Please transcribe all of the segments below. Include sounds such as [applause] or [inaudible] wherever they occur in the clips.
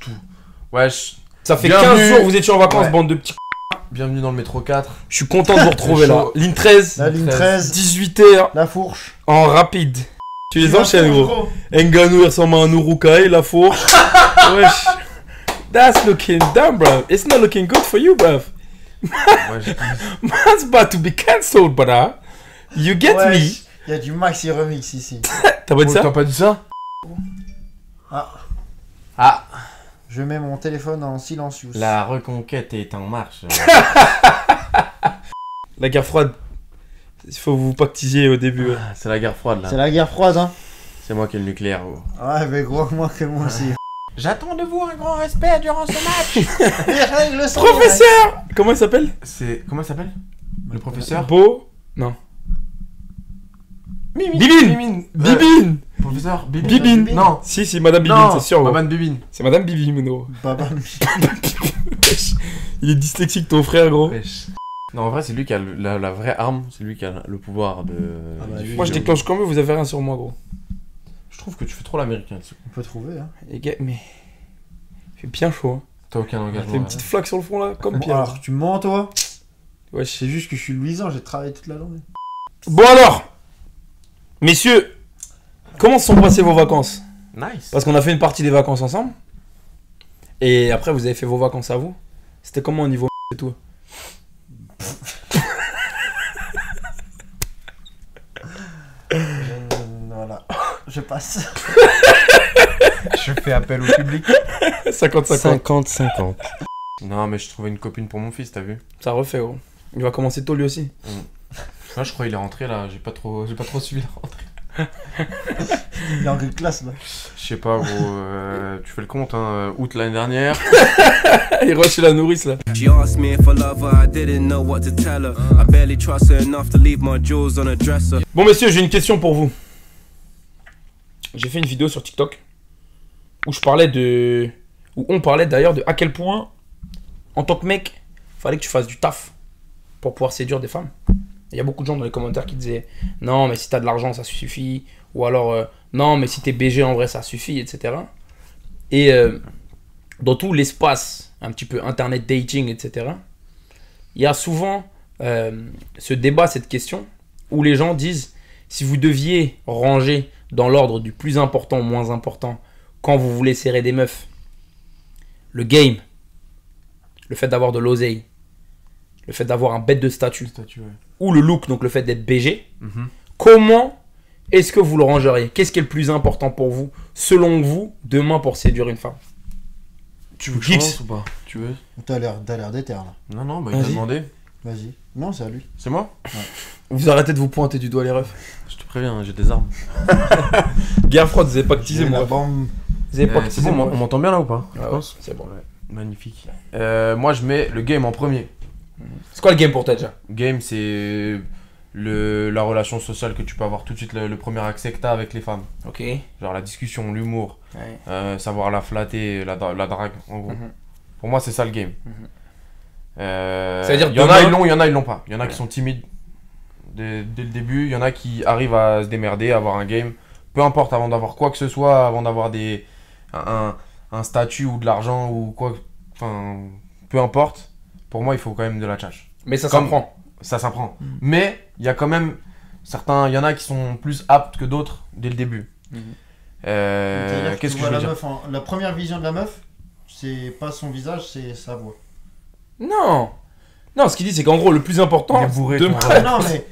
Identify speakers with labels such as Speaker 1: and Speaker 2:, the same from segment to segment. Speaker 1: tout. Wesh,
Speaker 2: Ça fait
Speaker 1: Bienvenue.
Speaker 2: 15 jours, vous étiez en vacances,
Speaker 3: Ouais.
Speaker 2: bande de petits. c***.
Speaker 1: bienvenue dans le métro 4.
Speaker 2: Je suis content de vous retrouver là.
Speaker 1: chaud.
Speaker 2: Ligne 13,
Speaker 3: La ligne 13,
Speaker 2: 18h
Speaker 3: la fourche.
Speaker 2: en rapide. Tu les enchaînes, gros.
Speaker 3: gros.
Speaker 2: Nganou il ressemble à un Urukai, la fourche. [laughs] Wesh. That's looking dumb, bruv. It's not looking good for you, bruv.
Speaker 1: Wesh, [laughs]
Speaker 2: That's about to be cancelled, bruh. You get me.
Speaker 3: Wesh, y a du maxi remix ici.
Speaker 2: T'as pas dit ça
Speaker 1: t'as pas dit ça
Speaker 3: Ah,
Speaker 1: Ah,
Speaker 3: je mets mon téléphone en silencieux.
Speaker 1: la reconquête est en marche.
Speaker 2: La guerre froide. Il faut que vous vous pactisiez au début. ouais.
Speaker 1: Ah, [laughs] C'est la guerre froide là.
Speaker 3: C'est la guerre froide, hein.
Speaker 1: C'est moi qui ai le nucléaire. gros.
Speaker 3: Ouais, mais gros, moi que moi aussi.
Speaker 1: J'attends de vous un grand respect durant ce match.
Speaker 3: Les règles sont
Speaker 2: Professeur Comment il s'appelle
Speaker 1: C'est comment il s'appelle Le professeur
Speaker 2: Beau. Bibine.
Speaker 1: Ouais.
Speaker 2: Bibine
Speaker 1: Professeur Bibine.
Speaker 2: Bibine.
Speaker 3: Bibine.
Speaker 1: Non.
Speaker 2: Si, si, Madame Bibine,
Speaker 1: Non,
Speaker 2: c'est sûr. ouais.
Speaker 1: Maman Bibine.
Speaker 2: C'est Madame Bibine, gros.
Speaker 3: Baba Louis.
Speaker 2: Wesh, Il est dyslexique, ton frère, gros.
Speaker 1: Wesh. Non, en vrai, c'est lui qui a le- la, la vraie arme, c'est lui qui a le pouvoir de.
Speaker 3: Ah bah,
Speaker 1: du
Speaker 3: lui,
Speaker 2: Moi, je
Speaker 1: vidéo.
Speaker 2: déclenche quand même, vous avez rien sur moi, gros.
Speaker 1: Je trouve que tu fais trop l'américain dessus.
Speaker 3: [laughs] On peut trouver, hein.
Speaker 2: Les gars, mais. Il fait bien chaud, hein.
Speaker 1: T'as aucun
Speaker 2: T'as
Speaker 1: engagement.
Speaker 2: une
Speaker 1: là.
Speaker 2: petite flaque sur le front, là, comme
Speaker 3: Bon,
Speaker 2: Pierre.
Speaker 3: alors, tu mens, toi
Speaker 2: Wesh.
Speaker 3: C'est juste que je suis luisant, j'ai travaillé toute la journée.
Speaker 2: Bon, alors Messieurs Comment se sont passées vos vacances
Speaker 1: Nice.
Speaker 2: Parce qu'on a fait une partie des vacances ensemble. Et après, vous avez fait vos vacances à vous. C'était comment au niveau [laughs] et tout
Speaker 3: Euh, voilà. Je passe.
Speaker 1: je fais appel au public.
Speaker 2: 50-50.
Speaker 4: 50-50.
Speaker 1: Non, mais je trouvais une copine pour mon fils, t'as vu
Speaker 2: Ça refait, gros. Il va commencer tôt lui aussi.
Speaker 1: Moi, je crois qu'il est rentré là, j'ai pas trop, j'ai pas trop suivi la rentrée.
Speaker 3: Il est en quelle classe, là
Speaker 1: Je sais pas, gros.
Speaker 2: [laughs]
Speaker 1: euh, tu fais le compte, hein. euh, Août l'année dernière.
Speaker 2: [laughs] Il rush chez la nourrice là.
Speaker 5: She asked me if I love her, I didn't know what to tell her. I barely trust her enough to leave my jewels on a dresser.
Speaker 2: Bon, messieurs, j'ai une question pour vous. J'ai fait une vidéo sur TikTok où je parlais de. où on parlait d'ailleurs de à quel point, en tant que mec, fallait que tu fasses du taf pour pouvoir séduire des femmes. Il y a beaucoup de gens dans les commentaires qui disaient non, mais si t'as de l'argent, ça suffit. Ou alors euh, non, mais si t'es BG en vrai, ça suffit, etc. Et euh, dans tout l'espace, un petit peu internet dating, etc., il y a souvent euh, ce débat, cette question où les gens disent si vous deviez ranger dans l'ordre du plus important au moins important quand vous voulez serrer des meufs, le game, le fait d'avoir de l'oseille, le fait d'avoir un bête de statut, ou le look, donc le fait d'être BG,
Speaker 1: Mhm.
Speaker 2: comment est-ce que vous le rangeriez Qu'est-ce qui est le plus important pour vous, selon vous, demain pour séduire une femme
Speaker 1: Tu veux que
Speaker 2: Gibbs.
Speaker 1: je lance ou pas Tu veux
Speaker 3: T'as l'air t'as l'air d'éter, là.
Speaker 1: Non, non, bah il t'a
Speaker 2: Vas-y.
Speaker 1: demandé.
Speaker 3: Vas-y. Non, c'est à lui.
Speaker 1: C'est moi
Speaker 2: Vous arrêtez de vous pointer du doigt les refs.
Speaker 1: Je te préviens, hein, j'ai des armes.
Speaker 2: Guerre froide, vous avez
Speaker 3: J'ai
Speaker 2: pactisé
Speaker 3: la
Speaker 2: moi.
Speaker 3: bombe.
Speaker 2: Vous avez
Speaker 1: Euh,
Speaker 2: pactisé
Speaker 1: c'est bon,
Speaker 2: moi.
Speaker 1: on m'entend bien là ou pas
Speaker 2: Ah
Speaker 1: Je
Speaker 2: ouais,
Speaker 1: pense.
Speaker 2: c'est bon.
Speaker 1: Magnifique. Euh, moi, je mets le game en premier.
Speaker 2: C'est quoi le game pour toi déjà
Speaker 1: Game, c'est le, la relation sociale que tu peux avoir tout de suite, le, le premier accès que t'as avec les femmes.
Speaker 2: Ok.
Speaker 1: Genre la discussion, l'humour, euh, savoir la flatter, la, dra- la drague, en gros.
Speaker 2: Mhm.
Speaker 1: Pour moi, c'est ça le game.
Speaker 2: Mhm.
Speaker 1: Euh,
Speaker 2: Ça veut dire
Speaker 1: Il y en
Speaker 2: demain-
Speaker 1: a, ils l'ont, il y en a, ils l'ont pas. Il y en a qui sont timides dès, dès le début, il y en a qui arrivent à se démerder, à avoir un game. Peu importe, avant d'avoir quoi que ce soit, avant d'avoir des un, un- un statut ou de l'argent ou quoi. Enfin, peu importe. Pour moi, il faut quand même de la tchatche
Speaker 2: Mais ça
Speaker 1: Comme-
Speaker 2: s'apprend.
Speaker 1: ça s'apprend.
Speaker 2: Mhm.
Speaker 1: Mais il y a quand même certains, il y en a qui sont plus aptes que d'autres dès le début.
Speaker 2: Mhm.
Speaker 1: Euh,
Speaker 3: C'est-à-dire que
Speaker 1: Qu'est-ce
Speaker 3: tu
Speaker 1: que je
Speaker 3: vois
Speaker 1: veux
Speaker 3: la
Speaker 1: dire
Speaker 3: meuf en- La première vision de la meuf, c'est pas son visage, c'est sa voix.
Speaker 2: Non Non, ce qu'il dit, c'est qu'en gros, le plus important.
Speaker 1: Il est bourré,
Speaker 2: demain-
Speaker 1: ton
Speaker 3: Ah non, mais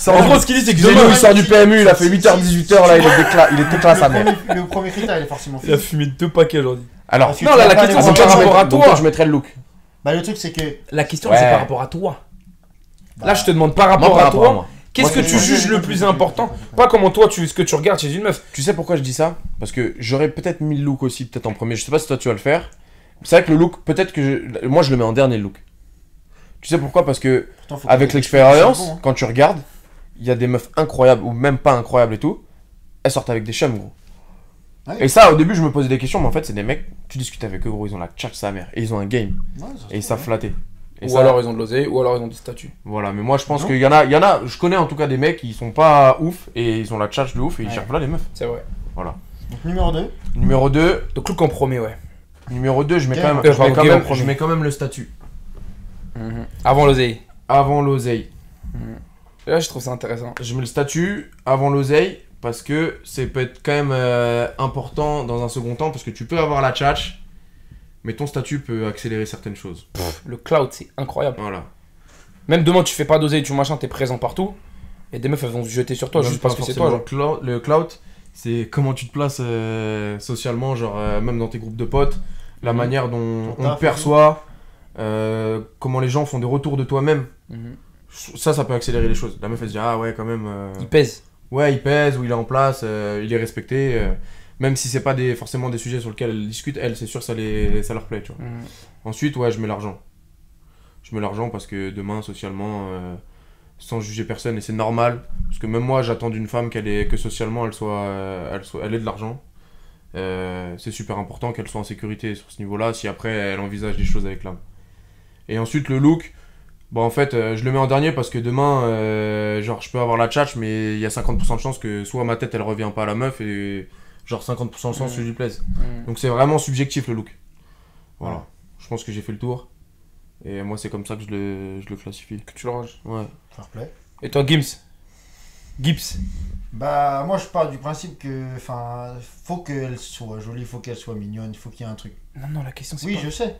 Speaker 2: [laughs] En gros, ce qu'il dit, c'est que
Speaker 3: Zélo,
Speaker 2: demain,
Speaker 3: il sort du PMU, il a fait 8h, 18h, là, il
Speaker 1: est décla... il était
Speaker 3: le, premier, le premier critère, il est forcément
Speaker 2: Il a
Speaker 3: physique.
Speaker 2: fumé deux paquets aujourd'hui.
Speaker 1: Alors,
Speaker 3: Parce que
Speaker 2: Non,
Speaker 3: tu
Speaker 2: là,
Speaker 3: vas
Speaker 2: la
Speaker 3: pas
Speaker 2: question,
Speaker 3: aller
Speaker 2: c'est
Speaker 3: voir
Speaker 2: par
Speaker 3: un mec-
Speaker 2: rapport à toi.
Speaker 1: mettrais le look.
Speaker 3: Bah, le truc, c'est que.
Speaker 2: La question,
Speaker 1: Ouais.
Speaker 2: c'est par rapport à toi.
Speaker 3: bah,
Speaker 2: Là, je te demande par rapport
Speaker 1: Moi, par
Speaker 2: à
Speaker 1: rapport à
Speaker 2: toi.
Speaker 1: moi.
Speaker 2: Qu'est-ce que
Speaker 1: Moi, c'est-
Speaker 2: tu juges le plus important Pas comment toi, tu, ce que tu regardes chez une meuf.
Speaker 1: Tu sais pourquoi je dis ça Parce que j'aurais peut-être mis le look aussi, peut-être en premier. Je sais pas si toi tu vas le faire. C'est vrai que le look, peut-être que je- moi je le mets en dernier le look. Tu sais pourquoi Parce que
Speaker 3: Pourtant, faut
Speaker 1: Avec
Speaker 3: que-
Speaker 1: l'expérience,
Speaker 3: c'est bon, hein.
Speaker 1: quand tu regardes, il y a des meufs incroyables ou même pas incroyables et tout, elles sortent avec des chums gros.
Speaker 3: Ouais.
Speaker 1: Et ça, au début, je me posais des questions, mais en fait, c'est des mecs, tu discutes avec eux gros, ils ont la tchatche sa mère, et ils ont un game,
Speaker 3: Ouais, ça se
Speaker 1: et ils
Speaker 3: trouve,
Speaker 1: savent
Speaker 3: ouais.
Speaker 1: flatter. Et
Speaker 2: ou
Speaker 1: ça,
Speaker 2: alors ils ont de l'oseille, ou alors ils ont des statues.
Speaker 1: Voilà, mais moi je pense
Speaker 3: Non.
Speaker 1: qu'il y en a, il y en a, je connais en tout cas des mecs, ils sont pas ouf, et ils ont la tchatche de ouf, et ils
Speaker 3: Ouais.
Speaker 1: cherchent là les meufs.
Speaker 2: C'est vrai.
Speaker 3: Donc, numéro 2.
Speaker 1: Numéro 2,
Speaker 2: Donc, look en premier, ouais.
Speaker 1: Numéro 2, je mets
Speaker 3: Ok.
Speaker 1: quand même,
Speaker 2: Euh,
Speaker 1: je mets
Speaker 2: ok,
Speaker 1: quand
Speaker 2: au
Speaker 1: même,
Speaker 2: premier.
Speaker 1: je mets quand même le statut.
Speaker 2: Mhm. Avant l'oseille.
Speaker 1: Avant l'oseille.
Speaker 2: Là, je trouve ça intéressant.
Speaker 1: Je mets le statut avant l'oseille parce que c'est peut être quand même euh, important dans un second temps parce que tu peux avoir la tchatch, mais ton statut peut accélérer certaines choses.
Speaker 2: Le cloud, c'est incroyable.
Speaker 1: Voilà.
Speaker 2: Même demain, tu fais pas d'oseille, tu machin, t'es présent partout. Et des meufs, elles vont se jeter sur toi
Speaker 1: Même
Speaker 2: juste
Speaker 1: pas
Speaker 2: parce que c'est toi.
Speaker 1: forcément
Speaker 2: genre.
Speaker 1: le clou- Le clout, c'est comment tu te places euh, socialement, genre euh, même dans tes groupes de potes, la
Speaker 2: Mhm.
Speaker 1: manière dont on
Speaker 3: Ton taf
Speaker 1: te
Speaker 3: et
Speaker 1: perçoit, euh, comment les gens font des retours de toi-même.
Speaker 2: Mhm.
Speaker 1: Ça, ça peut accélérer les choses. La meuf, elle se dit Ah ouais, quand même. euh,
Speaker 2: Il pèse.
Speaker 1: ouais, il pèse ou il est en place, euh, il est respecté. euh, même si c'est pas des, forcément des sujets sur lesquels elles discutent, elles, c'est sûr, ça, les, ça leur plaît, tu vois.
Speaker 2: Mhm.
Speaker 1: Ensuite, ouais, je mets l'argent. Je mets l'argent parce que demain, socialement, euh, sans juger personne, et c'est normal, parce que même moi, j'attends d'une femme qu'elle ait, que socialement, elle soit, euh, elle soit, elle ait de l'argent. Euh, c'est super important qu'elle soit en sécurité sur ce niveau-là, si après elle envisage des choses avec l'âme. Et ensuite, le look, bah en fait, euh, je le mets en dernier parce que demain, euh, genre, je peux avoir la tchatch, mais il y a 50% de chance que soit ma tête, elle revient pas à la meuf, et genre 50% de chance que je lui plaise.
Speaker 2: Mhm.
Speaker 1: Donc c'est vraiment subjectif le look. Voilà. Je pense que j'ai fait le tour. Et moi, c'est comme ça que je le, je le classifie.
Speaker 2: Que tu le ranges.
Speaker 1: Ouais.
Speaker 3: Fair play.
Speaker 2: Et toi, Gims Gips.
Speaker 3: Bah, moi, je pars du principe que. Enfin, faut qu'elle soit jolie, faut qu'elle soit mignonne, faut qu'il y ait un truc.
Speaker 2: Non, non, la question c'est
Speaker 3: Oui,
Speaker 2: pas.
Speaker 3: je sais.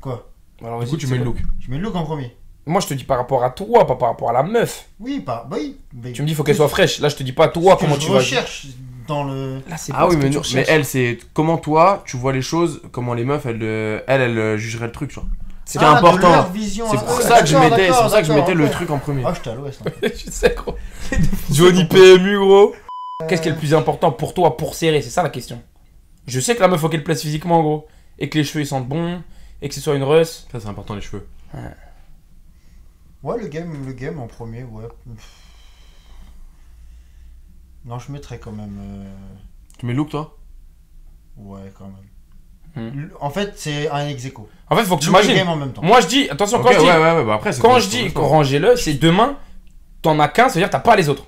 Speaker 3: Quoi
Speaker 2: Alors,
Speaker 1: Du
Speaker 2: vas-y,
Speaker 1: coup, tu
Speaker 2: c'est
Speaker 1: mets le
Speaker 2: quoi
Speaker 1: look.
Speaker 3: Je mets le look en premier.
Speaker 2: Moi, je te dis par rapport à toi, pas par rapport à la meuf.
Speaker 3: Oui, pas. Bah, oui. mais-
Speaker 2: Tu me dis, faut qu'elle soit fraîche. Là, je te dis pas toi,
Speaker 3: que
Speaker 2: comment
Speaker 3: je
Speaker 2: tu
Speaker 3: recherche dans le.
Speaker 2: vas. Là, c'est
Speaker 1: Ah oui, mais,
Speaker 2: tu
Speaker 1: non, mais
Speaker 2: recherches.
Speaker 1: elle, c'est comment toi, tu vois les choses, comment les meufs, elles, euh, elles, elles, euh, jugeraient le truc, genre.
Speaker 2: C'est
Speaker 1: Ah, important.
Speaker 3: de leur vision
Speaker 1: C'est
Speaker 3: à
Speaker 2: Ah,
Speaker 1: pour
Speaker 3: eux.
Speaker 1: ça que je
Speaker 3: D'accord,
Speaker 1: mettais, c'est pour ça que je
Speaker 3: d'accord,
Speaker 1: mettais le
Speaker 3: d'accord.
Speaker 1: truc en premier.
Speaker 3: Ah, j'étais à l'ouest. hein.
Speaker 1: [laughs]
Speaker 2: je sais, gros. Johnny PMU, gros. Qu'est-ce qui est le plus important pour toi pour serrer C'est ça la question. Je sais que la meuf, faut qu'elle plaise physiquement, gros. Et que les cheveux, ils sentent bon. Et que ce soit une russe.
Speaker 1: Ça, c'est important les cheveux.
Speaker 3: Ouais, le game, le game en premier, ouais. Non, je mettrais quand même. euh,
Speaker 1: Tu mets le look, toi
Speaker 3: Ouais, quand même.
Speaker 2: Hmm.
Speaker 3: Le- En fait, c'est un ex aequo.
Speaker 2: En fait, faut que tu
Speaker 3: Look et
Speaker 2: imagines.
Speaker 3: game en même temps.
Speaker 2: Moi, je dis, attention,
Speaker 1: Ok,
Speaker 2: quand je dis,
Speaker 1: ouais, ouais, ouais, bah après, c'est
Speaker 2: quand
Speaker 1: ton-
Speaker 2: je dis
Speaker 1: ton choix.
Speaker 2: rangez-le, c'est demain, t'en as qu'un, c'est-à-dire t'as pas les autres.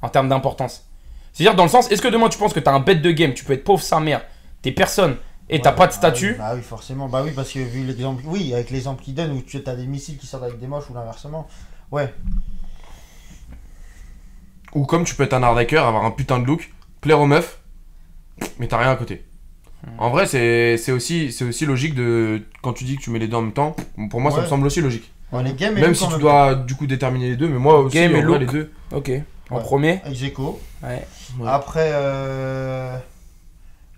Speaker 2: En termes d'importance. C'est-à-dire dans le sens, est-ce que demain tu penses que t'as un bête de game, tu peux être pauvre sa mère, t'es personne, et t'as
Speaker 3: Ouais,
Speaker 2: pas de
Speaker 3: bah
Speaker 2: statut,
Speaker 3: oui, Bah oui, forcément. Bah oui, parce que vu l'exemple. Oui, avec l'exemple qu'il donne où tu as des missiles qui sortent avec des moches ou l'inversement. Ouais.
Speaker 1: Ou comme tu peux être un hardaker, avoir un putain de look, plaire aux meufs, mais t'as rien à côté.
Speaker 2: Hmm.
Speaker 1: En vrai, c'est c'est aussi, c'est aussi logique de. Quand tu dis que tu mets les deux en même temps, pour moi, ça
Speaker 3: Ouais.
Speaker 1: me semble aussi logique.
Speaker 3: Ouais, les games et
Speaker 1: Même
Speaker 3: look
Speaker 1: si
Speaker 3: en
Speaker 1: tu
Speaker 3: même
Speaker 1: dois du coup déterminer les deux, mais moi aussi,
Speaker 2: Game
Speaker 1: en
Speaker 2: et
Speaker 1: vrai,
Speaker 2: look.
Speaker 1: les deux.
Speaker 2: ok, en
Speaker 3: Ouais.
Speaker 2: premier.
Speaker 3: temps. Ex aequo.
Speaker 2: Ouais.
Speaker 1: Ouais.
Speaker 3: Après. euh,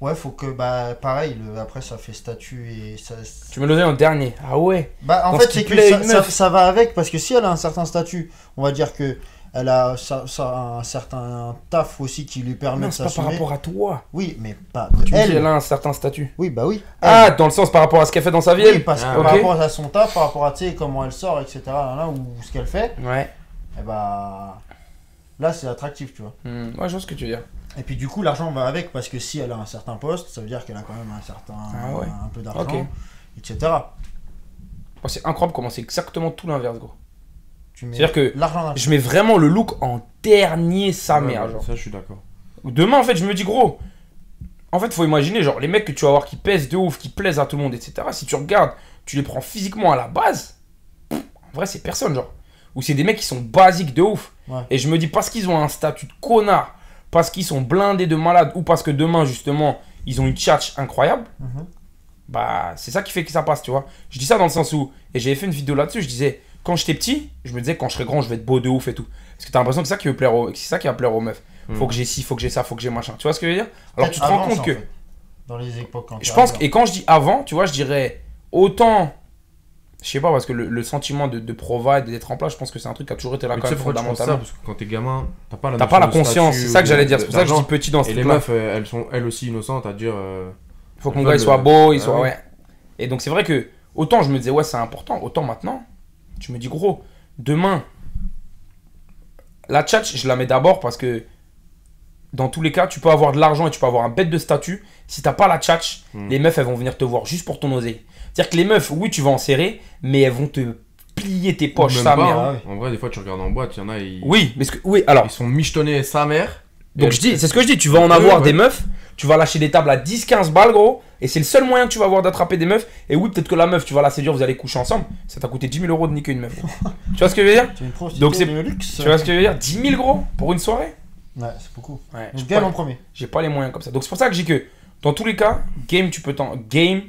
Speaker 3: Ouais, faut que. Bah, pareil, le... après, ça fait statut et. Ça...
Speaker 2: Tu mets l'oseille en dernier. Ah ouais.
Speaker 3: Bah, en
Speaker 2: Dans ce
Speaker 3: fait,
Speaker 2: qui
Speaker 3: c'est que
Speaker 2: plaît à
Speaker 3: ça,
Speaker 2: une
Speaker 3: ça-
Speaker 2: meuf.
Speaker 3: ça va avec, parce que si elle a un certain statut, on va dire que elle a ça, ça- un certain taf aussi qui lui permet
Speaker 2: Non,
Speaker 3: de
Speaker 2: c'est pas par
Speaker 3: s'assumer.
Speaker 2: rapport à toi.
Speaker 3: Oui, mais pas
Speaker 2: Tu
Speaker 3: de
Speaker 2: me dis,
Speaker 3: elle.
Speaker 2: elle a un certain statut.
Speaker 3: Oui, bah oui.
Speaker 2: Ah, dans le sens par rapport à ce qu'elle fait dans sa vie.
Speaker 3: Elle. Oui,
Speaker 2: elle.
Speaker 3: parce que
Speaker 1: Ah,
Speaker 3: par
Speaker 2: ok.
Speaker 3: rapport à son taf, par rapport à tu sais, comment elle sort, etc., là, là, ou ce qu'elle fait,
Speaker 2: Ouais.
Speaker 3: et bah. Là, c'est attractif, tu vois.
Speaker 2: Hmm, ouais, je vois ce que tu veux dire.
Speaker 3: Et puis, du coup, l'argent va avec, parce que si elle a un certain poste, ça veut dire qu'elle a quand même un certain.
Speaker 2: Ah ouais.
Speaker 3: un peu d'argent,
Speaker 2: Ok.
Speaker 3: etc.
Speaker 2: Oh, c'est incroyable comment c'est exactement tout l'inverse, gros.
Speaker 3: Tu mets
Speaker 2: C'est-à-dire que
Speaker 3: l'argent dans-
Speaker 2: Je mets vraiment le look en dernier sa
Speaker 1: Ouais,
Speaker 2: mère,
Speaker 3: bah,
Speaker 1: ouais,
Speaker 2: genre.
Speaker 1: Euh, Ça, je suis d'accord.
Speaker 2: Demain, en fait, je me dis, gros, en fait, faut imaginer, genre, les mecs que tu vas voir qui pèsent de ouf, qui plaisent à tout le monde, etc. Si tu regardes, tu les prends physiquement à la base, pff, en vrai, c'est personne, genre. Ou c'est des mecs qui sont basiques de ouf.
Speaker 3: Ouais.
Speaker 2: Et je me dis, parce qu'ils ont un statut de connard, parce qu'ils sont blindés de malades, ou parce que demain, justement, ils ont une tchatch incroyable,
Speaker 3: Mhm.
Speaker 2: bah, c'est ça qui fait que ça passe, tu vois. Je dis ça dans le sens où, et j'avais fait une vidéo là-dessus, je disais, quand j'étais petit, je me disais, quand je serai grand, je vais être beau de ouf et tout. Parce que t'as l'impression que c'est ça qui veut plaire aux, c'est ça qui va plaire aux meufs. Faut
Speaker 1: Mm.
Speaker 2: que j'ai ci, faut que j'ai ça, faut que j'ai machin. Tu vois ce que je veux dire Alors tu te
Speaker 3: Avant,
Speaker 2: rends compte
Speaker 3: ça, en
Speaker 2: que.
Speaker 3: fait, Dans les époques quand
Speaker 2: Je
Speaker 3: t'es
Speaker 2: pense que,
Speaker 3: arrivé.
Speaker 2: et quand je dis avant, tu vois, je dirais autant. Je sais pas, parce que le, le sentiment de, de provide, d'être en place, je pense que c'est un truc qui a toujours été là
Speaker 1: Mais
Speaker 2: Bah, quand
Speaker 1: tu sais
Speaker 2: même
Speaker 1: pourquoi tu penses ça
Speaker 2: fondamentalement.
Speaker 1: Parce que quand t'es gamin, t'as pas la
Speaker 2: T'as
Speaker 1: notion
Speaker 2: pas la
Speaker 1: de
Speaker 2: conscience,
Speaker 1: statut
Speaker 2: c'est ça que
Speaker 1: ou
Speaker 2: j'allais
Speaker 1: de-
Speaker 2: dire. C'est pour ça que je dis
Speaker 1: d'argent.
Speaker 2: petit dans ce
Speaker 1: Et les
Speaker 2: truc-là.
Speaker 1: meufs, euh, elles sont elles aussi innocentes à dire. euh,
Speaker 2: Faut que
Speaker 1: elles
Speaker 2: mon gars il
Speaker 1: veulent,
Speaker 2: soit
Speaker 1: euh,
Speaker 2: beau, il
Speaker 1: ah
Speaker 2: soit.
Speaker 1: oui.
Speaker 2: Ouais. Et donc c'est vrai que autant je me disais, ouais, c'est important, autant maintenant, je me dis, gros, demain, la tchatch, je la mets d'abord parce que dans tous les cas, tu peux avoir de l'argent et tu peux avoir un bête de statut. Si t'as pas la tchatch,
Speaker 1: Mm.
Speaker 2: les meufs, elles vont venir te voir juste pour ton oseille. C'est-à-dire que les meufs, oui, tu vas en serrer, mais elles vont te plier tes poches,
Speaker 1: même
Speaker 2: sa
Speaker 1: pas,
Speaker 2: mère.
Speaker 3: Ah
Speaker 1: hein. En vrai, des fois, tu regardes en boîte, il y en a, ils,
Speaker 2: Oui, mais ce que... oui, alors.
Speaker 1: ils sont michetonnés sa mère.
Speaker 2: Donc
Speaker 1: Et
Speaker 2: je
Speaker 1: elles-
Speaker 2: dis, c'est ce que je dis, tu vas en
Speaker 1: Oui,
Speaker 2: avoir
Speaker 1: ouais.
Speaker 2: des meufs tu vas lâcher des tables à 10-15 balles, gros, et c'est le seul moyen que tu vas avoir d'attraper des meufs. Et oui, peut-être que la meuf, tu vas la séduire, vous allez coucher ensemble. Ça t'a coûté 10 000 euros de niquer une meuf. tu vois ce que je veux dire
Speaker 3: Tu es une prostituée
Speaker 2: Donc c'est-
Speaker 3: de luxe.
Speaker 2: Tu vois ce que je veux dire 10 000 gros pour une soirée
Speaker 3: Ouais, c'est beaucoup.
Speaker 2: Ouais,
Speaker 3: Donc,
Speaker 2: j'ai
Speaker 3: game
Speaker 2: pas,
Speaker 3: en premier.
Speaker 2: j'ai pas les moyens comme ça. Donc c'est pour ça que j'ai que, dans tous les cas, game, tu peux t'en, game,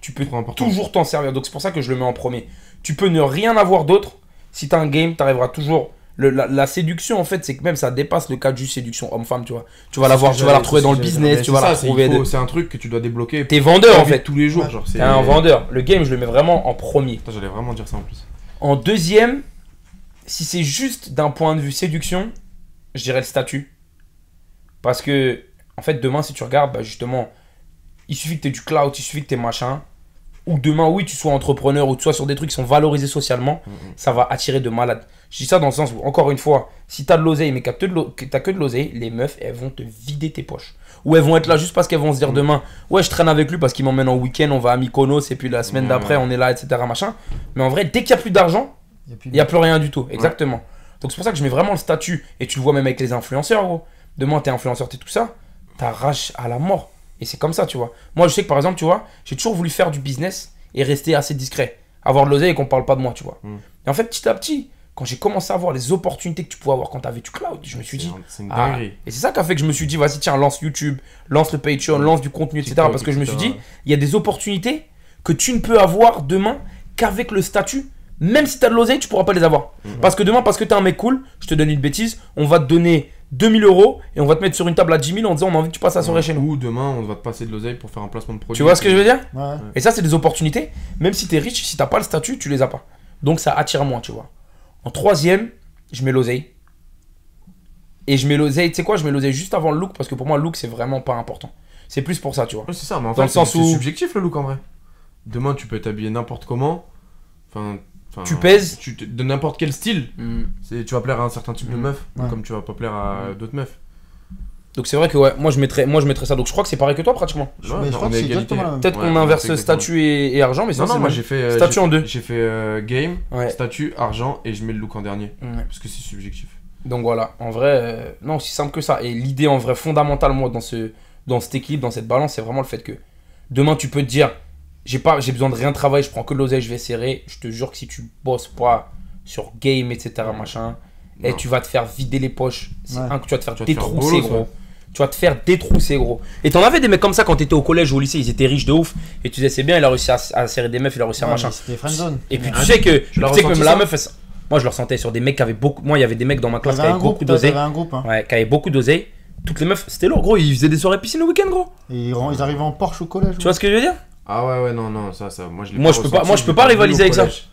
Speaker 2: tu peux
Speaker 1: Trop important.
Speaker 2: toujours t'en servir. Donc c'est pour ça que je le mets en premier. Tu peux ne rien avoir d'autre. Si t'as un game, t'arriveras toujours. Le- la, la séduction, en fait, c'est que même ça dépasse le cadre du séduction homme-femme, tu vois. Tu vas la voir, tu vas la retrouver dans le business, tu vas la retrouver. de-
Speaker 1: C'est un truc que tu dois débloquer.
Speaker 2: T'es vendeur, en fait.
Speaker 1: tous les jours. Genre, c'est
Speaker 2: T'es un vendeur. Le game, je le mets vraiment en premier.
Speaker 1: Putain, J'allais vraiment dire ça en plus.
Speaker 2: En deuxième, si c'est juste d'un point de vue séduction, je dirais le statut. Parce que, en fait, demain, si tu regardes, bah, justement, il suffit que tu aies du cloud, il suffit que tu machin. Ou demain, oui, tu sois entrepreneur ou tu sois sur des trucs qui sont valorisés socialement, ça va attirer de malades. Je dis ça dans le sens où, encore une fois, si t'as de l'oseille mais que t'as de l'o- que t'as que de l'oseille, les meufs, elles vont te vider tes poches. Ou elles vont être là juste parce qu'elles vont se dire demain, ouais, je traîne avec lui parce qu'il m'emmène en week-end, on va à Mykonos et puis la semaine
Speaker 1: Mhm.
Speaker 2: d'après, on est là, etc. Machin. Mais en vrai, dès qu'il n'y a plus d'argent,
Speaker 3: Il y a plus
Speaker 2: il n'y a plus rien du tout, exactement. Donc c'est pour ça que je mets vraiment le statut, et tu le vois même avec les influenceurs, gros. Demain, t'es influenceur, t'es tout ça, t'arraches à la mort. Et c'est comme ça, tu vois. Moi, je sais que par exemple, tu vois, j'ai toujours voulu faire du business et rester assez discret. Avoir de l'oseille et qu'on parle pas de moi, tu vois.
Speaker 1: Mm.
Speaker 2: Et en fait, petit à petit, quand j'ai commencé à voir les opportunités que tu pouvais avoir quand t'avais du cloud, je me suis
Speaker 1: C'est
Speaker 2: dit,
Speaker 1: un- C'est une
Speaker 2: ah.
Speaker 1: dinguerie.
Speaker 2: et c'est ça qui a fait que je me suis dit, vas-y, tiens, lance YouTube, lance le Patreon, lance du contenu, etc.
Speaker 1: Hmm. TikTok,
Speaker 2: parce que je me suis
Speaker 1: etc..
Speaker 2: dit, il y a des opportunités que tu ne peux avoir demain qu'avec le statut. Même si tu as de l'oseille, tu pourras pas les avoir. Parce que demain, parce que tu es un mec cool, je te donne une bêtise, on va te donner 2000 euros et on va te mettre sur une table à 10 000 en disant, on a envie que tu passes la soirée chez nous.
Speaker 1: Ou demain, on va te passer de l'oseille pour faire un placement de produit.
Speaker 2: Tu vois ce que je veux dire
Speaker 3: Ouais.
Speaker 2: et ça, c'est des opportunités. Même si t'es riche, si t'as pas le statut, tu les as pas. Donc ça attire moins, tu vois. En troisième, je mets l'oseille. Et je mets l'oseille, tu sais quoi, je mets l'oseille juste avant le look parce que pour moi, le look, c'est vraiment pas important. C'est plus pour ça, tu vois.
Speaker 1: Ouais, c'est ça, mais en
Speaker 2: Dans le
Speaker 1: fait, c'est
Speaker 2: sens
Speaker 1: c'est
Speaker 2: où-
Speaker 1: subjectif le look en vrai. Demain, tu peux t'habiller n'importe comment. Enfin. enfin,
Speaker 2: Tu pèses.
Speaker 1: tu te- De n'importe quel style. C'est- Tu vas plaire à un certain type de
Speaker 2: Mm.
Speaker 1: meuf,
Speaker 3: Mmh. Ouais. Mmh.
Speaker 1: comme tu vas pas plaire à d'autres meufs.
Speaker 2: Donc c'est vrai que ouais, moi je mettrais, moi je mettrais ça. Donc je crois que c'est pareil que toi pratiquement.
Speaker 3: Je-
Speaker 1: Ouais,
Speaker 3: mais
Speaker 1: on
Speaker 3: je crois
Speaker 1: est
Speaker 3: que c'est
Speaker 1: égalité.
Speaker 3: exactement la même.
Speaker 2: Peut-être
Speaker 1: Ouais,
Speaker 2: qu'on
Speaker 1: on
Speaker 2: inverse
Speaker 1: fait exactement.
Speaker 2: statut et, et argent, mais
Speaker 1: Non,
Speaker 2: sinon
Speaker 1: non,
Speaker 2: c'est
Speaker 1: moi
Speaker 2: le
Speaker 1: j'ai fait. euh,
Speaker 2: Statut
Speaker 1: j'ai-
Speaker 2: en deux.
Speaker 1: J'ai fait euh, game,
Speaker 2: même. Ouais.
Speaker 1: statut, argent et je mets le look en dernier.
Speaker 2: Ouais.
Speaker 1: Parce que c'est subjectif.
Speaker 2: Donc voilà, en vrai, euh, non, aussi simple que ça. Et l'idée, en vrai, fondamentale, moi, dans, ce, dans cet équilibre, dans cette balance, c'est vraiment le fait que demain, tu peux te dire, j'ai pas, j'ai besoin de rien travailler, je prends que de l'oseille, je vais serrer. Je te jure que si tu bosses pas sur game, etc., machin, et
Speaker 1: Non.
Speaker 2: tu vas te faire vider les poches. C'est
Speaker 3: Ouais.
Speaker 2: un que tu vas te faire
Speaker 1: Tu vas te faire
Speaker 2: détrousser,
Speaker 1: bolos,
Speaker 2: gros.
Speaker 1: ouais.
Speaker 2: Tu vas te faire détrousser, gros. Et t'en avais des mecs comme ça quand t'étais au collège ou au lycée, ils étaient riches de ouf. Et tu disais, c'est bien, il a réussi à, à serrer des meufs, il a réussi à
Speaker 3: Ouais,
Speaker 2: machin.
Speaker 3: mais C'était friendzone.
Speaker 2: Et puis tu sais que, tu
Speaker 1: l'as
Speaker 2: sais que même
Speaker 1: ressenti,
Speaker 2: la
Speaker 1: ça
Speaker 2: meuf, elle s- moi je le ressentais sur des mecs qui avaient beaucoup. Moi, il y avait des mecs dans ma classe qui
Speaker 3: T'avais un
Speaker 2: avaient
Speaker 3: groupe,
Speaker 2: beaucoup
Speaker 3: toi,
Speaker 2: d'oseille.
Speaker 3: t'avais un groupe. hein.
Speaker 2: Ouais, qui avait beaucoup d'oseille. Toutes les meufs, c'était lourd, gros. Ils faisaient des soirées piscine le week-end, gros.
Speaker 3: Et ils ren- ils arrivaient en Porsche au collège.
Speaker 2: Tu vois ce que je veux dire
Speaker 1: Ah ouais, ouais, non, non, ça, ça. Moi je l'ai
Speaker 2: Moi, je peux pas-
Speaker 1: ressenti,
Speaker 2: moi, je peux
Speaker 1: l'ai
Speaker 2: pas
Speaker 1: vu au
Speaker 2: rivaliser avec ça.
Speaker 1: collège.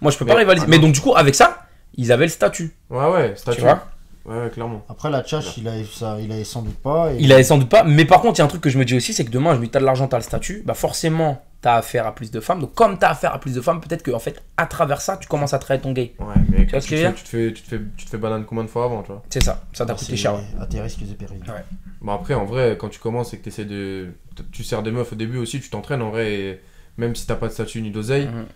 Speaker 2: Moi, je peux
Speaker 1: Mais-
Speaker 2: pas rivaliser.
Speaker 1: ah,
Speaker 2: mais
Speaker 1: non.
Speaker 2: donc, du coup, avec ça, ils avaient le statut.
Speaker 1: Ouais, ouais, statut.
Speaker 2: Tu vois
Speaker 1: Ouais, ouais, clairement.
Speaker 3: Après, la tchatch, il avait ça, il avait sans doute pas. et-
Speaker 2: Il avait sans doute pas. Mais par contre, il y a un truc que je me dis aussi, c'est que demain, je me dis, t'as de l'argent, t'as le statut. Bah, forcément, t'as affaire à plus de femmes. Donc, comme t'as affaire à plus de femmes, peut-être que, en fait, à travers ça, tu commences à travailler ton gay.
Speaker 1: Ouais, mais
Speaker 2: vois
Speaker 1: quand
Speaker 2: ce
Speaker 1: tu,
Speaker 2: que
Speaker 1: te
Speaker 2: je veux
Speaker 1: fais- tu te fais, tu te fais, tu te fais banane combien de fois avant, tu vois.
Speaker 2: Ah, C'est ça. Ça t'a
Speaker 3: C'est-
Speaker 2: coûté cher, ouais.
Speaker 3: À tes risques et périls.
Speaker 2: Ouais.
Speaker 1: Bon après en vrai quand tu commences et que t'essaies de tu sers des meufs au début aussi tu t'entraînes en vrai et même si t'as pas de statut ni d'oseille
Speaker 2: Mhm.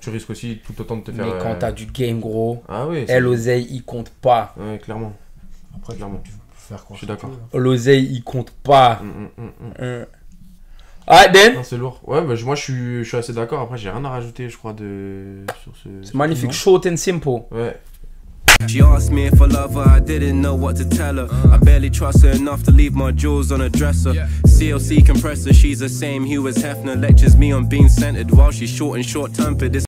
Speaker 1: tu risques aussi tout autant de te
Speaker 2: Mais
Speaker 1: faire
Speaker 2: quand
Speaker 1: euh,
Speaker 2: t'as du game, gros,
Speaker 1: ah oui c'est-
Speaker 2: elle, l'oseille, il compte pas.
Speaker 1: ouais clairement
Speaker 3: Après, tu
Speaker 1: Clairement.
Speaker 3: tu peux faire quoi
Speaker 1: Je suis d'accord.
Speaker 2: L'oseille, il compte pas.
Speaker 1: Mm, mm, mm, mm.
Speaker 2: Hein. Alright, then.
Speaker 1: Non, c'est lourd ouais bah, je- moi je suis je suis assez d'accord après j'ai rien à rajouter je crois de sur
Speaker 2: C'est
Speaker 1: ce
Speaker 2: Magnifique, short and simple.
Speaker 1: ouais
Speaker 5: She asked me if I love her, I didn't know what to tell her. I barely trust her enough to leave my jewels on a dresser. CLC compressor, she's the same hue as Hefner. Lectures me on being centered while she's short and short tempered.